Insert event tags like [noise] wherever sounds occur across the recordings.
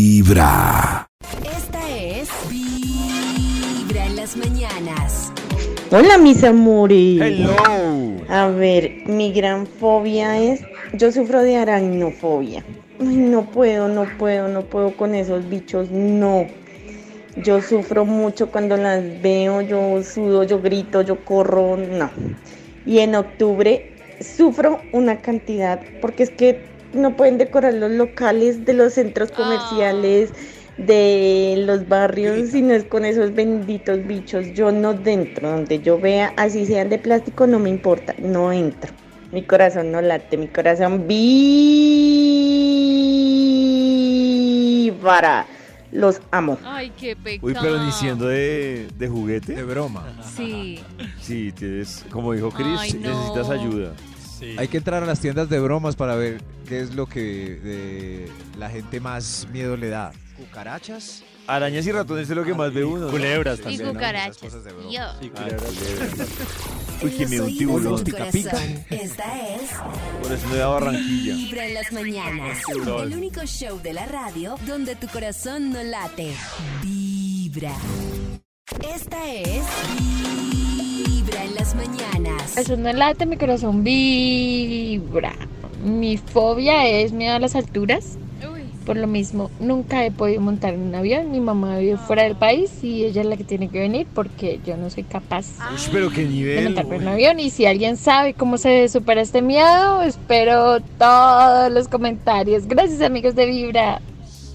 Vibra. Esta es Vibra en las mañanas. Hola mis amores. Hello. A ver, mi gran fobia es, yo sufro de aracnofobia. Ay, no puedo, no puedo, no puedo con esos bichos, no. Yo sufro mucho cuando las veo, yo sudo, yo grito, yo corro, no. Y en octubre sufro una cantidad, porque es que no pueden decorar los locales de los centros comerciales, de los barrios, si no es con esos benditos bichos. Yo no dentro, donde yo vea, así sean de plástico, no me importa, no entro. Mi corazón no late, mi corazón vibra. Los amo. Ay, qué pecado. Uy, pero ni siendo de, de juguete. De broma. Sí. Sí, tienes, como dijo Chris, Ay, no. necesitas ayuda. Hay que entrar a las tiendas de bromas para ver qué es lo que eh, la gente más miedo le da. Cucarachas. Arañas y ratones es lo que más ve uno. ¿no? Culebras Y también. cucarachas. cosas de broma. Yo. Ay, culebras. En Uy, que los me dio un oídos de tiburón. tu Pica, pica. corazón. Esta es Por eso me da Barranquilla. Vibra en las mañanas. El único show de la radio donde tu corazón no late. Vibra. Esta es Vibra en las mañanas. Eso no late, mi corazón vibra. Mi fobia es miedo a las alturas. Uy. Por lo mismo, nunca he podido montar en un avión. Mi mamá vive fuera del país y ella es la que tiene que venir porque yo no soy capaz Uy, pero qué de nivel. montarme en un uy. avión. Y si alguien sabe cómo se supera este miedo, espero todos los comentarios. Gracias, amigos de Vibra.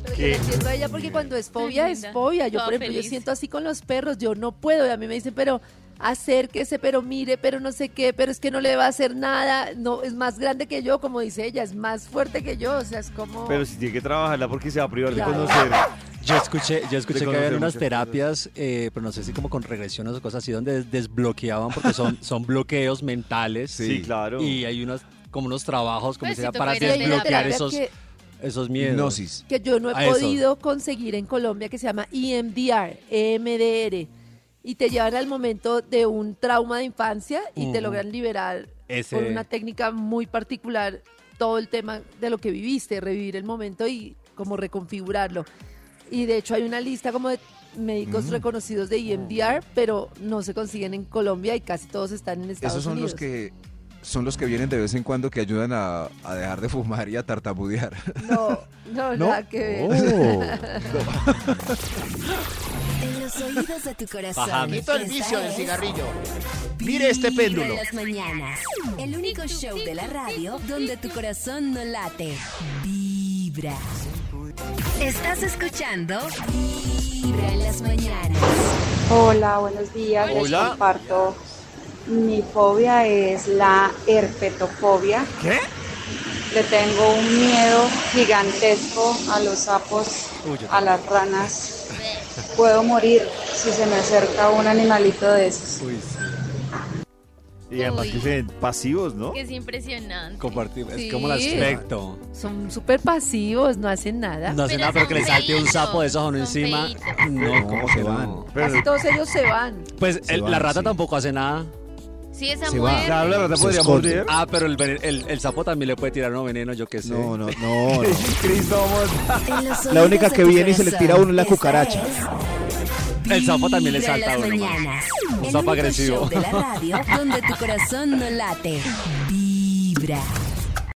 Pero yo la entiendo a ella porque cuando es fobia, es linda. fobia. Yo, Toda por ejemplo, yo feliz. siento así con los perros, yo no puedo. Y a mí me dicen, pero acérquese, pero mire, pero no sé qué, pero es que no le va a hacer nada. No, es más grande que yo, como dice ella, es más fuerte que yo. O sea, es como. Pero si tiene que trabajarla porque se va a privar de Claro. conocer. Yo escuché, yo escuché Te que conoce habían unas muchas terapias, eh, pero no sé si como con regresiones o cosas así, donde des- desbloqueaban porque son, son bloqueos mentales. Sí, claro. Y hay unas como unos trabajos como Pues se sí, llama, toca para ir a terapia. desbloquear terapia esos, que, esos miedos. Hipnosis. que yo no he a eso. podido conseguir en Colombia que se llama E EMDR, EMDR. Y te llevan al momento de un trauma de infancia y te Ujú. logran liberar Ese- con una técnica muy particular todo el tema de lo que viviste, revivir el momento y como reconfigurarlo. Y de hecho hay una lista como de médicos Mm. reconocidos de E Oh. EMDR, pero no se consiguen en Colombia y casi todos están en Estados Esos son Unidos. los que son los que vienen de vez en cuando que ayudan a, a dejar de fumar y a tartamudear. No, no, ¿No? Oh. nada que ver. Oh. En los oídos de tu corazón. Bájame. Esta es Mire este Vibra en péndulo. las mañanas. El único show de la radio donde tu corazón no late. Vibra. Estás escuchando Vibra en las mañanas. Hola, buenos días. Les Hola. comparto. Mi fobia es la herpetofobia. ¿Qué? Le tengo un miedo gigantesco a los sapos, Uy, yo a las ranas. Puedo morir si se me acerca un animalito de esos. Uy, sí. Y además que Uy. se ven pasivos, ¿no? Que es impresionante. Compartir, Sí. es como el aspecto. Son súper pasivos, no hacen nada. No hace Pero nada, pero son que le salte un feitos, sapo de esos a uno son encima. feitos. No, ¿cómo se que van. no? Pero Casi todos ellos se van. Pues Se el- la van, rata sí. tampoco hace nada. Sí, esa Se va. mujer. claro, la rata Se podría esconde. morder. Ah, pero el, venen- el, el sapo también le puede tirar uno veneno, yo qué sé. No, no, [laughs] no, no. Cristo, vamos. En los La única oídos de que tu viene y se le tira a uno es la Esta cucaracha. es El sapo también le Vibra en salta a las uno, man. mañanas. Un El sapo único agresivo. show de la radio donde tu corazón no late. Vibra.